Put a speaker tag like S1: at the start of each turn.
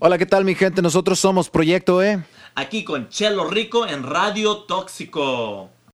S1: Hola, ¿qué tal mi gente? Nosotros somos Proyecto E.
S2: Aquí con Chelo Rico en Radio Tóxico.